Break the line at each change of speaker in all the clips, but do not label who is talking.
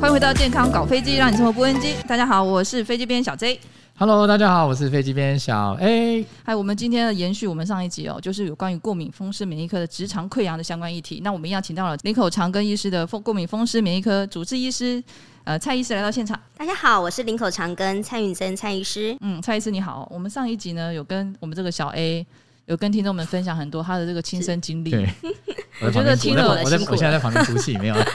欢迎回到健康搞飞机，让你生活不 NG。大家好，我是飞机编小 J。哎
Hello，大家好，我是飞机编小 A。
嗨，我们今天的延续我们上一集哦，就是有关于过敏风湿免疫科的直肠溃疡的相关议题。那我们一样请到了林口长庚医师的风过敏风湿免疫科主治医师，呃，蔡医师来到现场。
大家好，我是林口长庚蔡允珍蔡医师。
嗯，蔡医师你好，我们上一集呢有跟我们这个小 A 有跟听众们分享很多他的这个亲身经历。
对， 我
觉
在旁
得
边
听
我在
了
我在
辛苦
我现在在旁边出气，没有啊？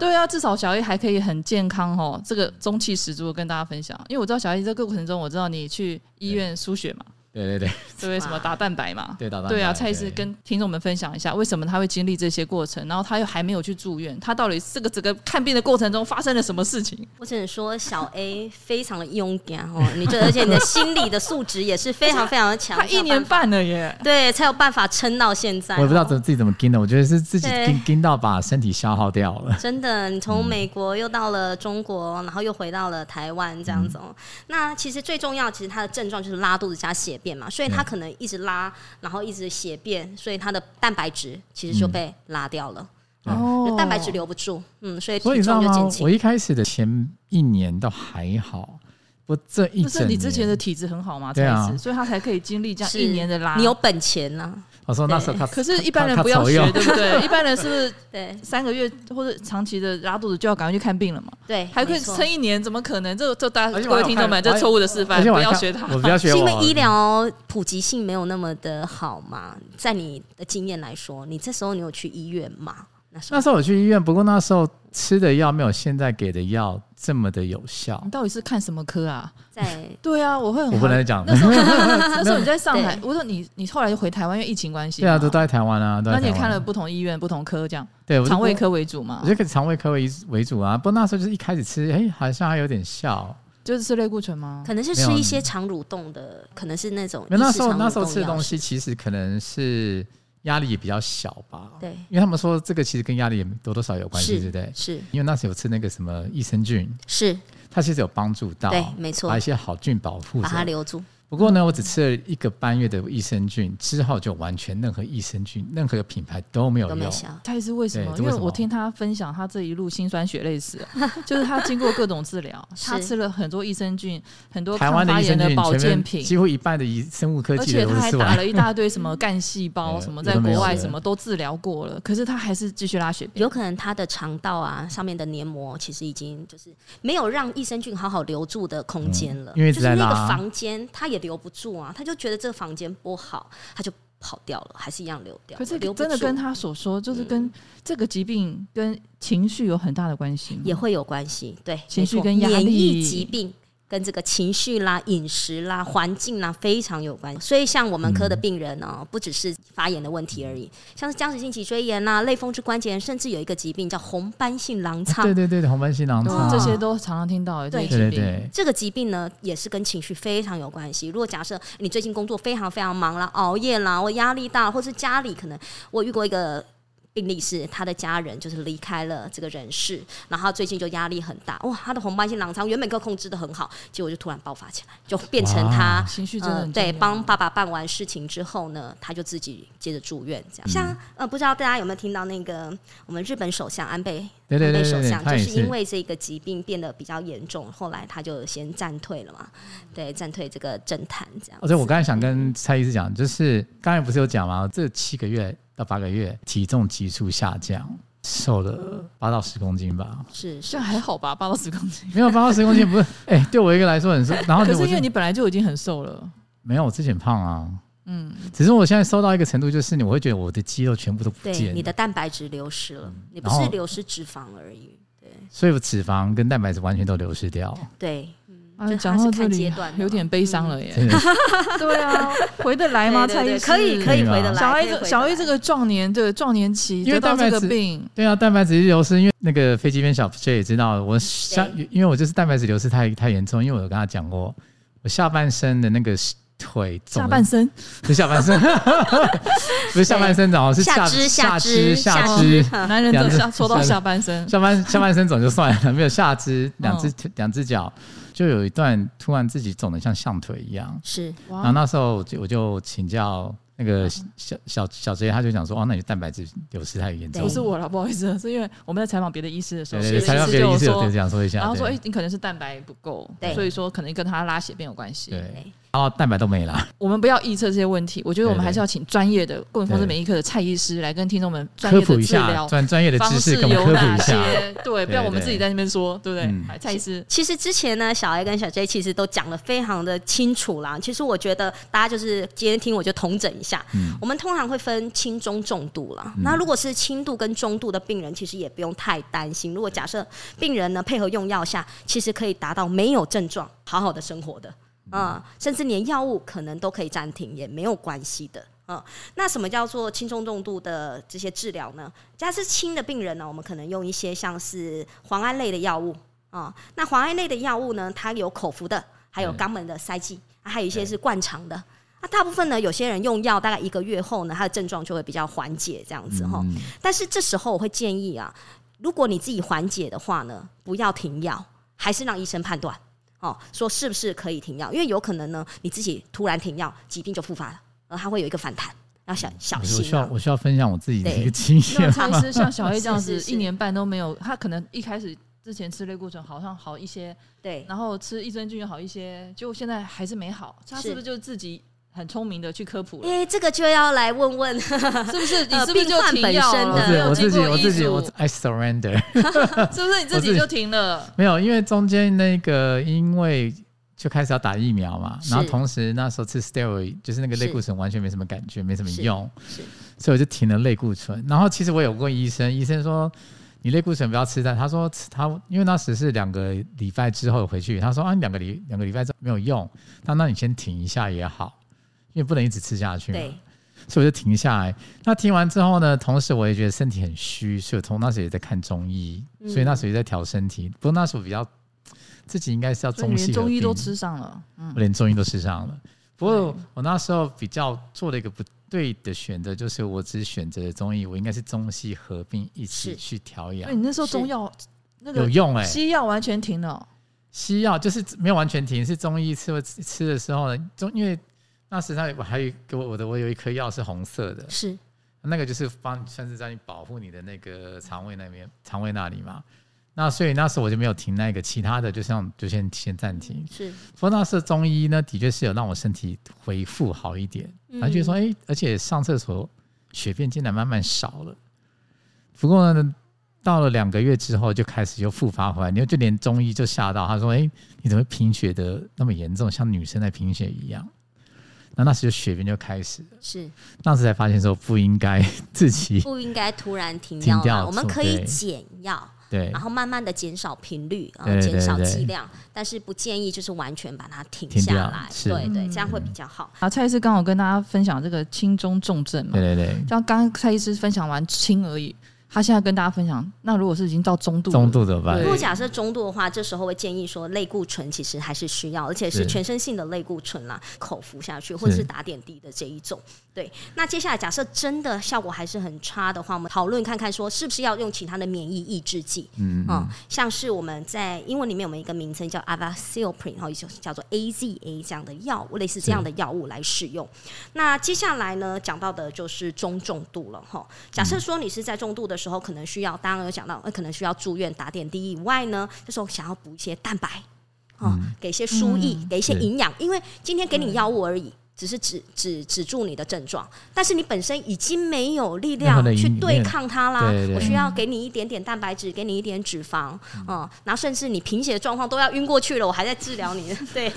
对啊，至少小 A 还可以很健康哦，这个中气十足的跟大家分享。因为我知道小 A 这个过程中，我知道你去医院输血嘛，
对对
对
对
不啊对？什么
哇
打蛋白嘛，
对，打打
对啊，
打
蔡医师跟听众们分享一下，为什么他会经历这些过程，然后他又还没有去住院，他到底这个整个看病的过程中发生了什么事 情？
我只能说小 A 非常的勇敢哦，你这而且你的心理的素质也是非常非常的 强，
他一年半了耶，
对才有办法撑到现在。哦
我也不知道怎么自己怎么盯的，我觉得是自己
对
盯盯到把身体消耗掉 了。
真的，你从美国又到了中国，然后又回到了台湾这样子哦、那其实最重要，其实它的症状就是拉肚子加血便嘛，所以它
嗯
可能一直拉，然后一直血便，所以它的蛋白质其实就
嗯
被拉掉了，
对
哦
就蛋白质留不住，嗯，所以
所以
体
你知道
重就
吗
减？轻
我。一开始的前一年倒还好，不过这一
不是
整
你之前的
年，
体质很好嘛，蔡
对
医
啊
师，所以他才可以经历这样
是
一年的拉。
你有本钱啊啦、
我说那时候他，
可是，一般人
他
不要
他
学
愁，用
对不对？一 般人是不是
对
三个月或者长期的拉肚子就要赶快去看病了嘛？
对，
还可
没
以
错
撑一年，怎么可能？这这大家
而且
各
我还
位
有
听众们，
看
这错误的示范，
而且我
不
还
要
看
学他。
我不要学
是因为
我
医疗普及性没有那么的好嘛？在你的经验来说，你这时候你有去医院吗？那时候
那时候我去医院，不过那时候吃的药没有现在给的药这么的有效
你。到底是看什么科啊？
在
对啊，我会很
我不能讲
那时候 那时候你在上海，
对
我说你你后来就回台湾，因为疫情关系
对
嘛。
啊，都都在台湾啊，都
那
在
你
台
也
湾
看了不同医院、不同科这样，
对我就
肠胃
不
科为主
啊
嘛
我，就可以肠胃科为为主啊。不过那时候就是一开始吃，哎、好像还有点效。
就是吃类固醇吗？
可能是
没有
吃一些肠蠕动的，可能是那种
没有
意
那
式
时候
肠蠕
那时候
动
吃的
药
东
是，
西其实可能是压力也比较小吧。
对，
因为他们说这个其实跟压力也多多少有关系，对
是
不对？
是
因为那时候有吃那个什么益生菌，
是，
它其实有帮助到，
对，没错
把一，些好菌保护
把它
着。
留住，
不过呢，我只吃了一个半月的益生菌，之后就完全任何益生菌、任何品牌都没有
都
用。
没效。
他也是为什么？
对
因
这为
为
什么
我听他分享他这一路辛酸血泪 史，就是他经过各种治疗，
是
他吃了很多益生菌，很多
台
抗
湾
发
益
炎
生
的
菌
保
全
健
面
品，
几乎一半的医生物科
而
技
且
的
他
都
还
吃
打
完，
了一大堆什 么干细胞，
哎
什么
有
在
的没
国
有
外
的
什么都治疗过了，可是他还是继续拉血便。
有可能它的肠道啊上面的黏膜其实已经就是没有让益生菌好好留住的空间了，
嗯因为一直
就是
在
那个
拉
房间它也留不住啊，他就觉得这个房间不好，他就跑掉了，还是一样留掉
可
了，
是
留不嗯
真的
住
跟他所说，就是跟这个疾病跟情绪有很大的关系吗。
也会有关系，对，
情
没
绪
错
跟压
免
力
疫疾病。跟这个情绪啦、饮食啦、环境啦非常有关系，所以像我们科
嗯
的病人呢、哦不只是发炎的问题而已，像是僵直性脊椎炎啦、类风湿关节炎，甚至有一个疾病叫红斑性狼疮。
对对对，红斑性狼
哦
疮
这些都常常听到的这些
对
疾
对对
病。
对，
这个疾病呢，也是跟情绪非常有关系。如果假设你最近工作非常非常忙啦，熬夜啦，或压力大，或是家里可能我遇过一个。病例是他的家人就是离开了这个人世，然后他最近就压力很大，哇，他的红斑性狼疮原本可以控制的很好，结果就突然爆发起来，就变成他
情绪真的
呃，
很重要、
对，帮爸爸办完事情之后呢，他就自己接着住院，这样。像呃，不知道大家有没有听到那个我们日本首相安倍
对对
安倍
对对
首
对，
相，
他
就
也
是因为这个疾病变得比较严重，后来他就先暂退了嘛，对，暂退这个政坛这样子。
而且我刚才想跟蔡医师讲，就是刚才不是有讲吗？这七个月到八个月，体重急速下降，瘦了八到十公斤吧。
是是
这还好吧，八到十公斤。
没有八到十公斤，不是？哎、对我一个来说很瘦。然后
可
我
是因
就
为你本来就已经很瘦了，
没有，我之前胖啊，
嗯，
只是我现在瘦到一个程度，就是你我会觉得我的肌肉全部都不
对
见
你
了，
的蛋白质流失了，你
嗯
不
然后
是流失脂肪而已，
所以我脂肪跟蛋白质完全都流失 掉。
对，
啊，
就
讲
它
到
是
这
看
里
阶段的
有
嘛嗯
点悲伤了耶。
真的是
对啊，回得来吗？
对
蔡
对
医
对
师
可以可以
对啊吧
回得来，
小 A
可以回
这
得
小 A
来
这个壮年对壮年期
因为
得到
蛋白
这个
质
病，
对啊，蛋白质流失，因为那个飞机边小 J 也知道，我下
对
因为我就是蛋白质流失太太严重，因为我有跟他讲过，我下半身的那个腿肿
下
得
半身
不是下半身，不是下半身肿，是
下肢
肢下
肢
下
下
肢。
男人
两
的
只
下说到
下
下半身，
下半下半身肿就算了，没有下肢，两只两只脚就有一段突然自己肿得像象腿一样。
是
然后
哇，
那时候我就我就请教那那个小小小杰他就讲说，哦，那你蛋白质流失太严重
不
对
是
了。
我了，不好意思，是因为我们在采访别的医师的时
对
候，
对
有
对，
一
才让
次
别的
就
医
有
师有
说
这样说一下，
然后说，哎、
对
你可能是蛋白不够，
对
所以说可能跟他拉血便有关系。
对，然后蛋哦白都没了，
我们不要臆测这些问题，我觉得我们
对对
还是要请专业的过敏风湿免疫科的蔡医师来跟听众们专
科
业的
普一
治
下
疗
专专业的
方
知识，
式
给我们
有
科普
哪
一下。
些，对，不要我们
对
自己在那边说，对不对？
嗯
来蔡医师，
其实之前呢，小艾跟小 J 其实都讲的非常的清楚啦。其实我觉得大家就是今天听我就统整一下，我们通常会分轻中重度啦。那如果是轻度跟中度的病人，其实也不用太担心。如果假设病人呢配合用药下，其实可以达到没有症状，好好的生活的，嗯，甚至连药物可能都可以暂停，也没有关系的。嗯，那什么叫做轻中重度的这些治疗呢？假如是轻的病人呢，我们可能用一些像是磺胺类的药物，啊、那磺胺类的药物呢，它有口服的，还有
对
肛门的塞剂，啊还有一些
对
是灌肠的。那大部分呢，有些人用药大概一个月后呢，他的症状就会比较缓解这样子哈。
嗯
但是这时候我会建议啊，如果你自己缓解的话呢，不要停药，还是让医生判断哦，说是不是可以停药，因为有可能呢，你自己突然停药，疾病就复发了，而它会有一个反弹，要小小
我我需
心、
要
啊。
我需要分享我自己的一个
对
经
那
验，
蔡医师像小 A 这样子
是是，是
一年半都没有，他可能一开始之前吃类固醇好像好一些，
对
然后吃益生菌也好一些，结果现在还是没好，他
是
是不是就自己很聪明的去科普了？啊
哎、这个就要来 问问，
啊
哎是不是你
呃
是不是就停药
病患
了？
我自
本
没
身
己
有
我
经
自己
过
我
医
自己
术
我自 I surrender。
是不是你自己就停了？
没有，因为中间那个因为就开始要打疫苗嘛，
是
然后同时那时候吃 steroid 就是那个类固醇完全没什么感觉，没什么用，
是
所以我就停了类固醇。然后其实我有问医生，医生说你类固醇不要吃但他说吃他因为那时是两个礼拜之后回去，他说啊你两个礼两个礼拜之后没有用，那那你先停一下也好，因为不能一直吃下去嘛。
对
所以我就停下来。那停完之后呢，同时我也觉得身体很虚，所以我从那时候也在看中医，
嗯
所以那时候也在调身体。不过那时候比较自己应该是要
所以
中
你
西
连
合
中医
并
都，吃上了，嗯
我，连中医都吃上了。不过
对
我那时候比较做了一个不对的选择，就是我只选择了中医，我应该是中西合并一起
是
去调
所
养
以，你那时候
是
中药那
有
个
用哎、
西药完全停了，
西药就是没有完全停，是中医吃吃的时候呢，中因为那时上我还有一个我的我有一颗药是红色的，
是
那个就是帮你算是让你保护你的那个肠胃那边，肠胃那里嘛。那所以那时候我就没有停那个，其他的就像就先先暂停。
是，
不过那时候中医呢，的确是有让我身体恢复好一点，然后就说，哎、而且上厕所血便竟然慢慢少了。不过呢，到了两个月之后就开始又复发回来，你就就连中医就吓到，他说，哎、你怎么贫血的那么严重，像女生在贫血一样？那那时就血便就开始了。
是
那时才发现说不应该自己
不应该突然停
停
药啦
掉
我们
做
可以
对
减药。
对
然后慢慢的减少频率，啊
对，对
减少
对
剂量，但是不建议就是完全把它停
停
下
掉
来，
是
对对，
嗯
这样会比较好。
啊，蔡医师刚好跟大家分享这个轻中重症嘛，
对对对，
像刚刚蔡医师分享完轻而已，他现在跟大家分享，那如果是已经到中度了，
中度怎么办
对
如？果假设中度的话，这时候会建议说类固醇其实还是需要，而且是
是
全身性的类固醇啦，口服下去或者是打点滴的这一种。对，那接下来假设真的效果还是很差的话，我们讨论看看说是不是要用其他的免疫抑制剂。
嗯
嗯
嗯，
像是我们在英文里面我们一个名称叫 Avacilprin，然后也就叫做 AZA 这样的药物，类似这样的药物来使用。那接下来呢，讲到的就是中重度了哈。假设说你是在重度的时候，可能需要，当然有讲到，呃，可能需要住院打点滴以外呢，这时候想要补一些蛋白，哦，
嗯
给一些输液，给一些
是
营养，因为今天给你药物而已。只是止止止住你的症状，但是你本身已经没有力
任何
量
的
去
营
对
养
抗它啦。
对对
我需要给你一点点蛋白质，给你一点脂肪，嗯，然后甚至你贫血的状况都要晕过去了，我还在治疗 你，对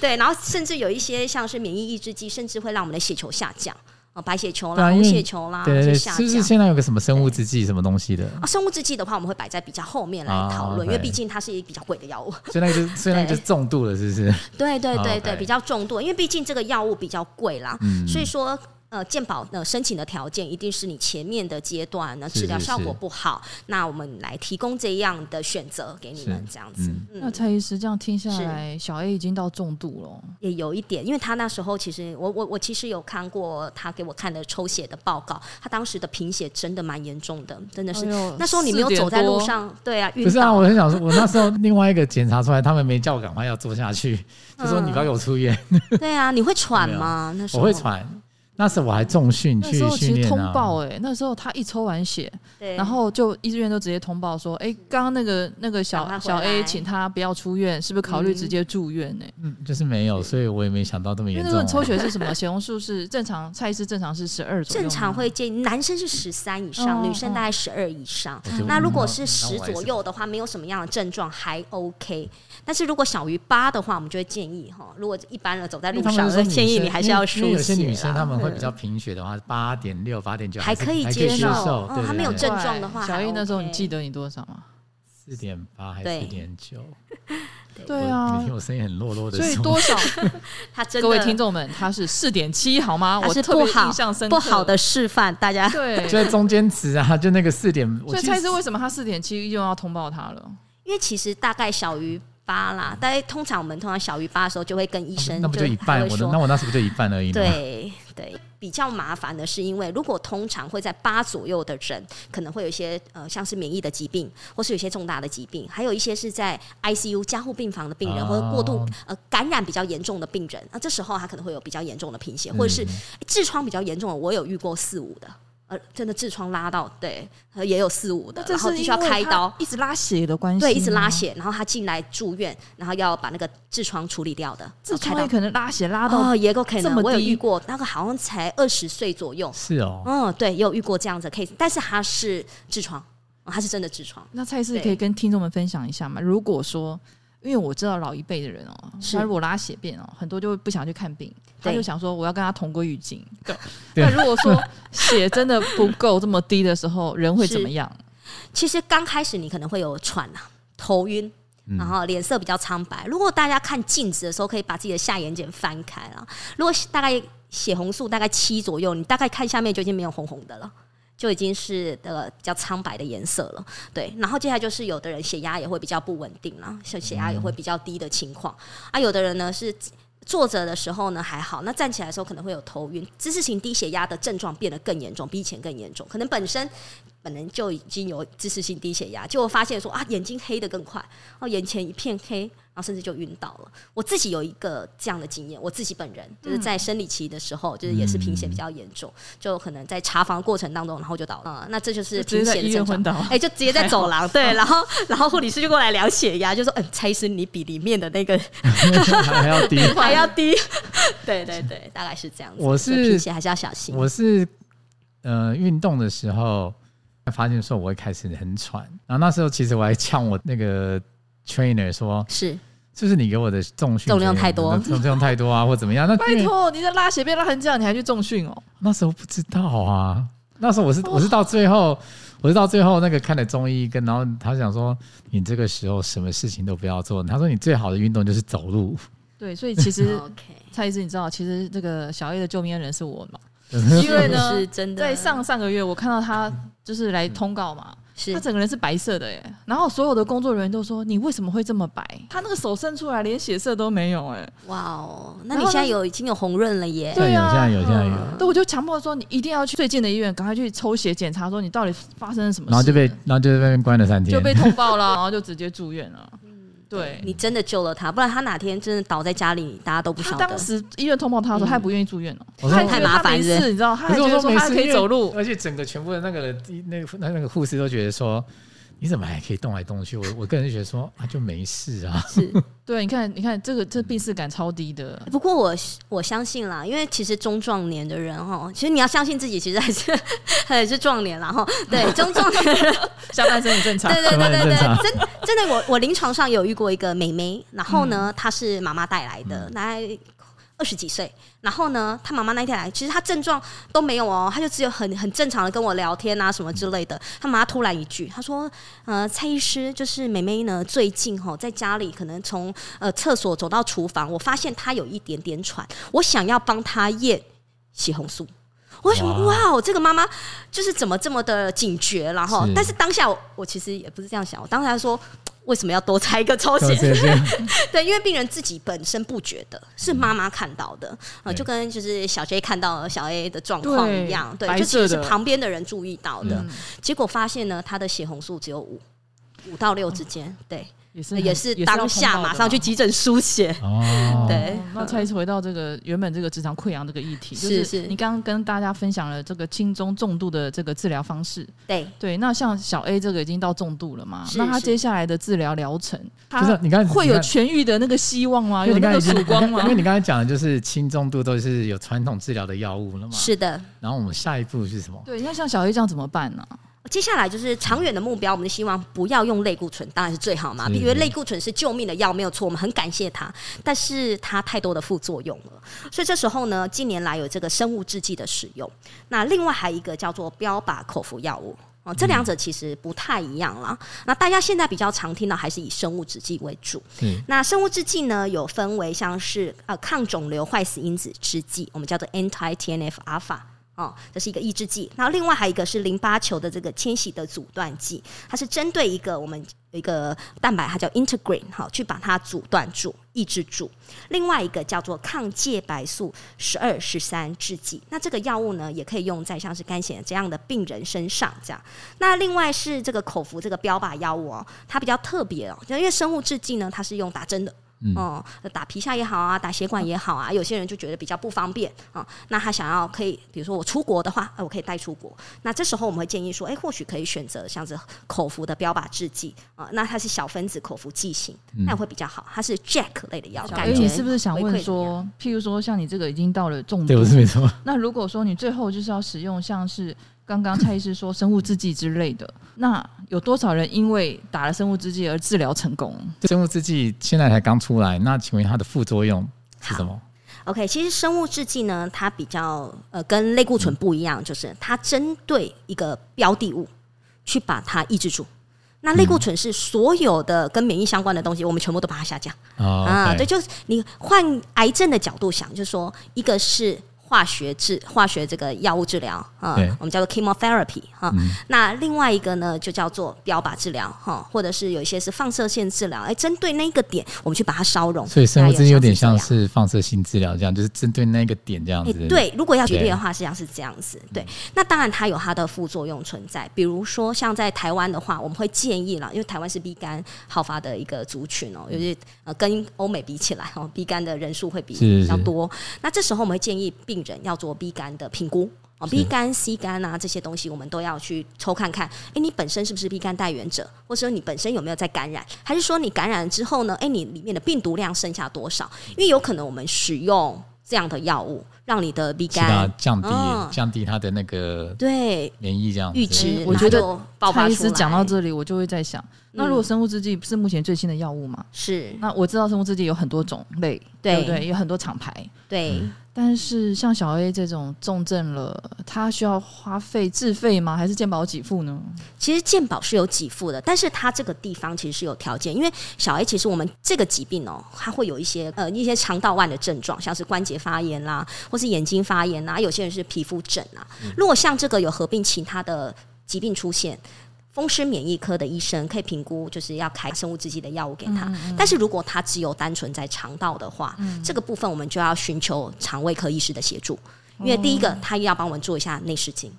对，然后甚至有一些像是免疫抑制剂，甚至会让我们的血球下降，啊，白血球
对
啦、
啊
红
因为
血球啦，
对对
就
对，
下
是不是
降。
现在有个什么生物制剂什么东西的？
啊，生物制剂的话，我们会摆在比较后面来
啊
讨论，
OK
因为毕竟它是一比较贵的药物。
所以那个就所以那个就是重度了，是不是？
对对对对，
OK
比较重度，因为毕竟这个药物比较贵啦，
嗯
所以说。呃，健保呃申请的条件一定是你前面的阶段呢
是
治疗
是
效果
是
不好，那我们来提供这样的选择给你们
是
这样子。
嗯，
那蔡医师这样听下来，小 A 已经到中度了，
也有一点，因为他那时候其实我我我其实有看过他给我看的抽血的报告，他当时的贫血真的蛮严重的，真的是、
哎呦
那时候你没有走在路，上，对啊，
不
晕
是啊，
倒
我很想说，我那时候另外一个检查出来，他们没叫我赶快要做下去，就说你不要给我出院，
对啊，你会喘吗？那时
我
候
会，喘。那时候我还重训
那
去
时候
训
其实
练
通
啊
报，哎、那时候他一抽完血，
对，
然后就医院都直接通报说，哎、刚刚那个那个
赶
小
快回
小 A
来
请他不要出院，是不是考虑
嗯
直接住院呢、
嗯，就是没有，所以我也没想到这么
因
严
为那时
重啊、
候你抽血是什么？血红素是正常，蔡医师正常是十二左右
正
吗，
常会建议男生是十三以上，
哦
女生大概十二以上。
我就
那如果
嗯
是
那
十
我还是
左右的话，没有什么样的症状还 OK。但是如果小于八的话，我们就会建议哈，如果一般人走在
因为
路
他们
上，
就说女
建议
生
你还
因
是
为
要
因为
输
有些
血
女生她
啦嗯
们会比较贫血的话，八点六、八点九
还可
可
以
接
接受
受，
嗯
对
她没有症状的话
小
还
A 那时候你
OK
记得你多少吗？
四点八还
对
四点九，
对
我
啊
你听，我声音很落落的，。
所以多 少
他真的
各位听众们，他是四点七好吗？
他
我
是
特
不
别
好
印象深刻，
不好的示范，大家
对
就在中间值啊，就那个四点，我
所以
记得
蔡医师为什么他四点七又要通报他了？
因为其实大概小于八啦，大概通常我们通常小于八的时候就会跟医生
哦那不就一
还
半？
会
我
说
的那我那时不就一半而已吗？
对对，比较麻烦的是，因为如果通常会在八左右的人，可能会有一些呃，像是免疫的疾病，或是有一些重大的疾病，还有一些是在
啊
ICU 加护病房的病人，或者过度
哦
呃感染比较严重的病人，那这时候他可能会有比较严重的贫血，或者是
嗯
痔疮比较严重的，我有遇过四五的。呃，真的痔疮拉到对，呃也有四五的，然后必须要开刀，，
一直拉血的关系，
对，一
嗯
直拉。血，然后他进来住院，然后要把那个痔疮处理掉的，
痔
开
疮
刀
也可能拉血拉到
哦，也有可
这
能，
么
我有
低
遇过，那个好像才二十岁左右，
是 哦，
嗯，对，也有遇过这样子的 case，但是他是痔疮，哦他是真的痔疮，
那蔡医师
对
可以跟听众们分享一下吗？如果说，因为我知道老一辈的人哦，
是
他如果拉血便哦，很多就会不想去看病，他
对
就想说我要跟他同归于尽。
对
那如果说血真的不够这么低的时候，人会
是
怎么样？
其实刚开始你可能会有喘啊、头晕，
嗯
然后脸色比较苍白。如果大家看镜子的时候，可以把自己的下眼睑翻开啊。如果大概血红素大概七左右，你大概看下面就已经没有红红的了。就已经是呃比较苍白的颜色了，对。然后接下来就是有的人血压也会比较不稳定啦，像血压也会比较低的情况、啊。有的人呢是坐着的时候呢还好，那站起来的时候可能会有头晕，姿势型低血压的症状变得更严重，比以前更严重。可能本身本人就已经有姿势性低血压，结果发现说啊，眼睛黑的更快，哦，眼前一片黑，然后甚至就晕倒了。我自己有一个这样的经验，我自己本人就是在生理期的时候，就是也是贫血比较严重，就可能在查房过程当中，然后就倒了。嗯那这就是
就直接
贫
在
血
医
的
院
症状
昏。倒。嗯
哎、就直接在走廊对，然后然后护理师就过来量血压，就说：“嗯，蔡医师，你比里面的那个
还还要低。
还要低。” 对对 对，大概是这样子。
我是
所以贫血还是要小心。
我是呃运动的时候发现说我会开始很喘，然后那时候其实我还呛我那个 trainer 说，
是
是不是你给我的重训
重量太多
重量太多啊， 或怎么样？那因
拜
为
托，你在拉血便拉成这样，你还去重训哦？
那时候不知道啊，那时候我是我是到最后，我是到最后那个看了中医跟，然后他想说你这个时候什么事情都不要做，他说你最好的运动就是走路，
对，所以其 实
哦 OK，
蔡医师，你知道，其实这个小 A 的救命恩人是我 嘛？因
因
为呢
是真的
在上上个月，我看到他就是来通告嘛，
是
他整个人是白色的耶。然后所有的工作人员都说：“你为什么会这么白？”他那个手伸出来，连血色都没有哎。
哇哦，那
然
你
后
现在
呢
有已经有红润了耶
对！啊
有现在有现在有，
对，我就强迫说：“你一定要去最近的医院，赶快去抽血检查，说你到底发生了什么事。”
然后就被然后就被那边关了三天，
就
嗯
被通报了，然后就直接住院了。对，
你真的救了他，不然他哪天真的倒在家里，大家都不
他
晓得
当。时医院通报他的时候，
嗯
他还不愿意住院哦，
我
他还
说
觉得
太麻烦
他没
是不
事，你知道，他
可
还
是
觉
我
得
说
说
没
他
事，
可以走
因
路
为。而且整个全部的那个那个那个护士都觉得说。你怎么还可以动来动去？我我个人就觉得说啊，就没事啊。
对，你看，你看这个这病视感超低 的，
不过我我相信啦，因为其实中壮年的人哈，其实你要相信自己，其实还是 还是壮年啦哈。对，中壮年人
下半身很正常。
对对
可能
对对
很正常
对，真真的，我我临床上有遇过一个妹妹，然后
嗯
呢，她是妈妈带来
嗯
的，大概二十几岁。然后呢，她妈妈那天来，其实她症状都没有哦，她就只有很很正常的跟我聊天啊什么之类的。她妈突然一句，她说：“呃，蔡医师，就是妹妹呢，最近哈、在家里可能从呃厕所走到厨房，我发现她有一点点喘，我想要帮她验血红素。”我为什么
哇
哇哦，这个妈妈就是怎么这么的警觉然后
是
但是当下我我其实也不是这样想，我当下说。为什么要多拆一个抽
就
血？
是这样，
对，因为病人自己本身不觉得，是妈妈看到的啊、呃
对
就跟就是小 J 看到小 A 的状况
对
一样，对，
白
就其实
色
是
的
啊
旁边的人注意到的。
嗯
结果发现呢，他的血红素只有五，五到六之间，对，
也是
也是当下马上去
急。
急诊书写，
哦，
对
哦那再回到这个原本这个直肠溃疡这个议题，就是
是
你刚刚跟大家分享了这个轻中重度的这个治疗方式。
对，
对，那像小 A 这个已经到重度了嘛？
是
那他
是
接下来的治疗疗程，
就是
他
你刚才
会有
你刚
痊愈的那个希望吗？
啊
因为
有
你
那
刚才
个
已经
曙光吗
因为？你刚才讲的就是轻重度都是有传统治疗的药物了嘛。
是的。
然后我们下一步是什么？
对，那像小 A 这样怎么办呢、
接下来就是长远的目标，我们希望不要用类固醇，当然是最好嘛。
是
因为类固醇是救命的药，没有错，我们很感谢它，但是它太多的副作用了。所以这时候呢，近年来有这个生物制剂的使用，那另外还有一个叫做标靶口服药物。哦，这两者其实不太一样啦。那大家现在比较常听到还是以生物制剂为主。
是
那生物制剂呢，有分为像是呃抗肿瘤坏死因子制剂，我们叫做 anti TNF alpha。哦，这是一个抑制剂，然后另外还有一个是淋巴球的这个迁徙的阻断剂，它是针对一个我们有一个蛋白，它叫 integrin，好、去把它阻断住、抑制住。另外一个叫做抗介白素十二十三制剂，那这个药物呢，也可以用在像是肝炎这样的病人身上，这样。那另外是这个口服这个标靶药物哦，它比较特别哦，因为生物制剂呢，它是用打针的。哦、打皮下也好啊，打血管也好啊，有些人就觉得比较不方便啊、那他想要可以，比如说我出国的话，呃、我可以带出国。那这时候我们会建议说，哎、或许可以选择像是口服的标靶制剂啊、那它是小分子口服剂型，那会比较好。它是 Jack 类的药，
小
感
A，
觉
你是不是想
回馈
问
怎么样
说，譬如说像你这个已经到了重
对，
度
我， 是没错。
那如果说你最后就是要使用像是刚刚蔡医师说生物制剂之类的，那有多少人因为打了生物制剂而治疗成功？
生物制剂现在才刚出来，那请问它的副作用是什么？
OK，其实生物制剂呢，它比较呃跟类固醇不一样，就是它针对一个标的物去把它抑制住。那类
嗯
固醇是所有的跟免疫相关的东西，我们全部都把它下降、
哦
啊。
OK
对，就是你换癌症的角度想，就是说一个是。化学治化学这个药物治疗啊
对，嗯
我们叫做 chemotherapy 哈、那另外一个呢，就叫做标靶治疗哈、或者是有一些是放射线治疗，哎，针对那个点，我们去把它烧融。
所以生物制剂
那
有点像
这样
是放射性治疗这样，就是针对那个点这样
诶
子。
哎
嗯
对，如果要举例的话，实际上是这样子。对，那当然它有它的副作用存在，比如说像在台湾的话，我们会建议啦，因为台湾是 B 肝好发的一个族群哦、尤其呃跟欧美比起来哦，B 肝的人数会比
是
比较
是
多。那这时候我们会建议病人要做 B 肝的评估。哦，B 肝、C 肝啊，这些东西我们都要去抽看看。诶，你本身是不是 B 肝带源者，或者说你本身有没有在感染，还是说你感染之后呢？诶，你里面的病毒量剩下多少？因为有可能我们使用这样的药物，让你的 B
是它
肝
降低、
嗯
降低它的那个
对
免疫这样子。
阈值，
我
然
觉
后
得
就爆发
蔡医
出
师
来。嗯
讲到这里，我就会在想，那如果生物制剂是目前最新的药物嘛？
是
那我知道生物制剂有很多种类，
对
对不对？有很多厂牌，
对，
但是像小 A 这种重症了，他需要花费自费吗？还是健保给付呢？
其实健保是有给付的，但是它这个地方其实是有条件，因为小 A 其实我们这个疾病哦，它会有一些呃一些肠道外的症状，像是关节发炎啦，或是眼睛发炎啦，有些人是皮肤疹啊。如果像这个有合并其他的疾病出现。风湿免疫科的医生可以评估，就是要开生物制剂的药物给他。但是如果他只有单纯在肠道的话，这个部分我们就要寻求肠胃科医师的协助，因为第一个他要帮我们做一下内视镜。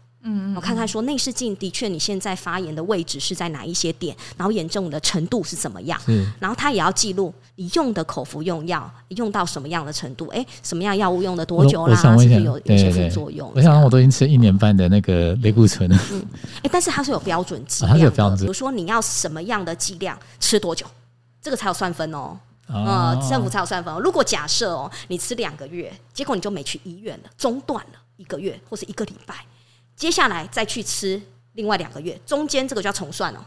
我看看
嗯
说内视镜的确你现在发炎的位置是在哪一些点，然后炎症的程度是怎么样，
是
然后它也要记录你用的口服用药用到什么样的程度，哎，什么样药物用了多久
我
啦，
我
是
想
不
问
是
一下
有有
对
一些
对
副
对
作用？
我想我都已经吃一年半的那个类固醇了，
哎，但是它是有标准剂
啊它
量
是有
的，
标准
比如说你要什么样的剂量吃多久，这个才有算分哦。
啊，
呃，政府才有算分、哦。如果假设哦，你吃两个月，结果你就没去医院了，中断了一个月或是一个礼拜，接下来再去吃另外两个月，中间这个就要重算哦，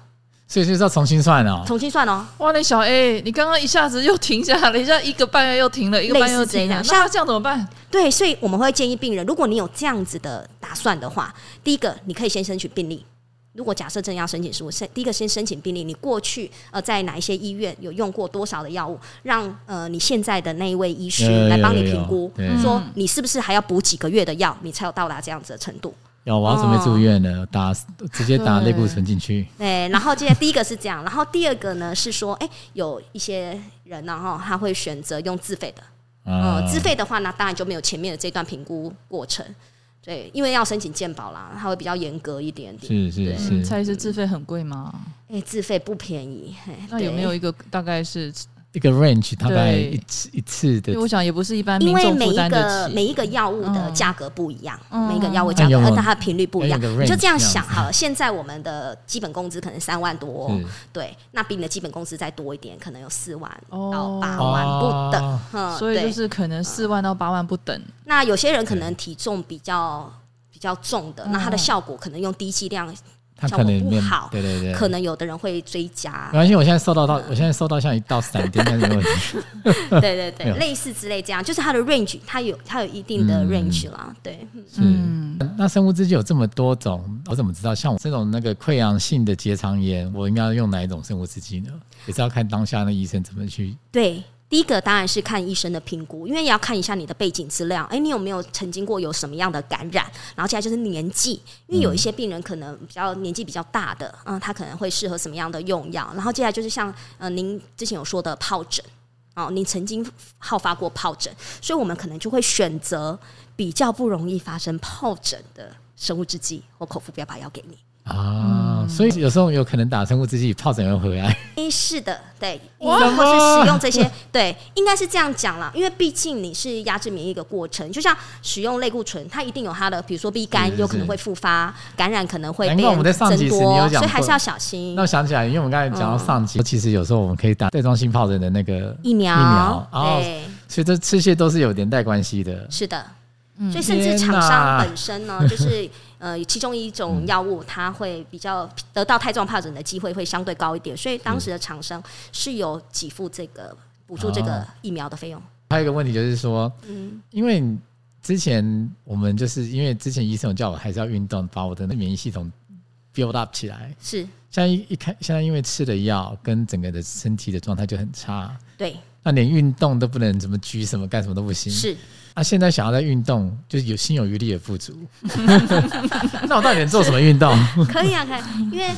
所以就是要重新算哦。
重新算哦。
哇，那小 A，你刚刚一下子又停下了，一下一个半月又停了，一个半月又停了，
类似这样
那这样怎么办？
对，所以我们会建议病人，如果你有这样子的打算的话，第一个你可以先申请病历。如果假设真的要申请书，申第一个先申请病历，你过去呃在哪一些医院有用过多少的药物，让呃你现在的那一位医师
有有
来帮你
有有嗯
评估，
对
说你是不是还要补几个月的药，你才有到达这样子的程度。
有，我要准备住院
哦
了，打直接打
对
类固醇进去。
对，然后接下来第一个是这样，然后第二个呢是说，哎，有一些人呢、哈，他会哦选择用自费的，
啊
呃，自费的话呢，当然就没有前面的这段评估过程。对，因为要申请健保啦，它会比较严格一点点。
是是
对
嗯，
是，
蔡医师自费很贵吗？
哎、自费不便宜。哎
那有没？有一个大概是？
一个 range 大概
对
一次一次的
因为我想也不是一般
对因
民
为
众
每
负
一
担
个
得
每
起。
一个药物的价格不一样，
嗯
每一个药物价格，
嗯
而且它的频率不一样。
哎有个
你就
range
这样
这样
想好了，现在我们的基本工资可能三万多、
是
对，那比你的基本工资再多一点，可能有四万
哦
到八万不等。
哦
嗯，
所以就
对
是可能四万到八万不等，
那有些人可能体重比较比较重的，
嗯
那它的效果可能用低剂量，
它可能
效果不
面
好
对对对，
可能有的人会追加
没，关系，我现在收到到，我现在收到像一道闪电，但是没问题。
对 对
没
对
有，
类似之类这样，就是它的 range，它有它有一定的
嗯
range 啦，对，嗯
是，那生物制剂有这么多种，我怎么知道？像我这种那个溃疡性的结肠炎，我应该用哪一种生物制剂呢？也是要看当下那医生怎么去。
对。第一个当然是看医生的评估，因为也要看一下你的背景资料，哎，你有没有曾经过有什么样的感染？然后接下来就是年纪，因为有一些病人可能比较年纪比较大的，嗯，他可能会适合什么样的用药？然后接下来就是像呃，您之前有说的疱疹，哦，您曾经好发过疱疹，所以我们可能就会选择比较不容易发生疱疹的生物制剂或口服标靶药给你。嗯
啊，所以有时候有可能打生物制剂，疱疹会回来。
诶，是的，对，你
哇
如果是使用这些，对，应该是这样讲啦，因为毕竟你是压制免疫的过程，就像使用类固醇，它一定有它的，比如说 B 肝
是
有可能会复发，感染可能会
难怪
变
我们在上集
增
时你有
多，
讲
所以还
过
是要小心
那我想起来，因为我们刚才讲到上
嗯
集，其实有时候我们可以打带状性疱疹的那个
疫苗。
疫苗哦，
对，
所以这这些都是有连带关系的。
是的。所以，甚至
天
厂商
哪嗯
本身呢， 就是呃，其中一种药物，它会比较得到带状疱疹的机会会相对高一点，所以当时的厂商是有给付这个补助这
哦
个疫苗的费用。
还有一个问题就是说，
嗯，
因为之前我们就是因为之前医生有叫我还是要运动，把我的那免疫系统 build up 起来。
是
现在一一开，现在因为吃的药跟整个的身体的状态就很差，
对，
那连运动都不能怎么举什么干什么都不行。
是。
那、现在想要在运动，就是有心有余力也不足。 那我到底能做什么运动？
可以啊，可以，因为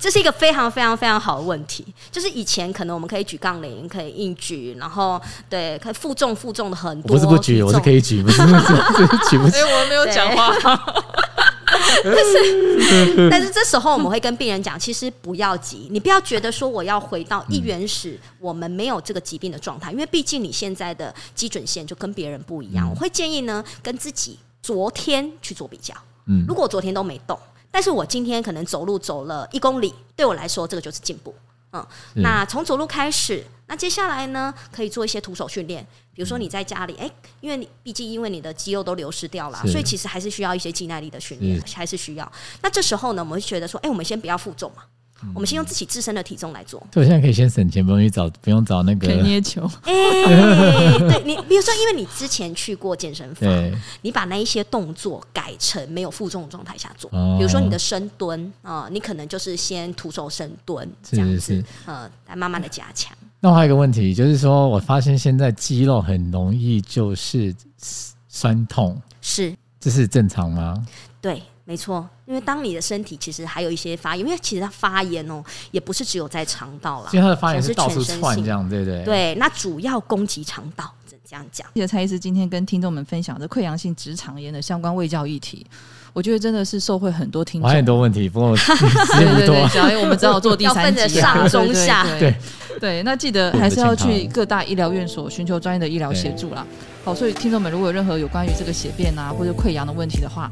这是一个非常非常非常好的问题。就是以前可能我们可以举杠铃，可以硬举，然后对，可以负重负重的很
我
多。
不是不举，
举
我是可
以。
以举，不是 不是不是 举不起
所以。哎我没有
讲
话。
但是这时候我们会跟病人讲，其实不要急，你不要觉得说我要回到一原始我们没有这个疾病的
嗯
状态，因为毕竟你现在的基准线就跟别人不一样。我会建议呢，跟自己昨天去做比较。
嗯
如，果我昨天都没动，但是我今天可能走路走了一公里，对我来说这个就是进步。嗯，
是
那从走路开始，那接下来呢，可以做一些徒手训练，比如说你在家里，哎、因为你毕竟因为你的肌肉都流失掉了，
是
所以其实还是需要一些肌耐力的训练，还是需要。那这时候呢，我们会觉得说，哎、我们先不要负重嘛，
嗯
我们先用自己自身的体重来做。
所以我现在可以先省钱，不用去找，不用找那
可以
个。
捏球，
哎、 对你，比如说，因为你之前去过健身房，
对，
你把那一些动作改成没有负重的状态下做，
哦
比如说你的深蹲啊、呃你可能就是先徒手深蹲
是
这样
是
子，
是。
呃，来慢慢的加强。
那我还有一个问题，就是说我发现现在肌肉很容易就是酸痛，
是
这是正常吗？
对，没错，因为当你的身体其实还有一些发炎，因为其实它发炎哦，也不是只有在肠道啦
啊
所以，它的发炎
像
是
是
到处
全身
窜
性
这样，对不对？
对，那主要攻击肠道，只能这样讲。
记得蔡医师今天跟听众们分享的溃疡性直肠炎的相关卫教议题，我觉得真的是受惠很多听
我还有
众
很。多问题，不过时
对
间不啊
对
多
对，。小 A，我们只好做第三
要分
集
着
啊，
上
对
中下
对
对
对 对，那记得还是要去各大医疗院所寻求专业的医疗协助啦。好，所以听众们如果有任何有关于这个血便啊或者溃疡的问题的话，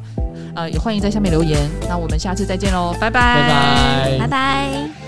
呃，也欢迎在下面留言。那我们下次再见喽，拜拜，
拜拜
拜拜。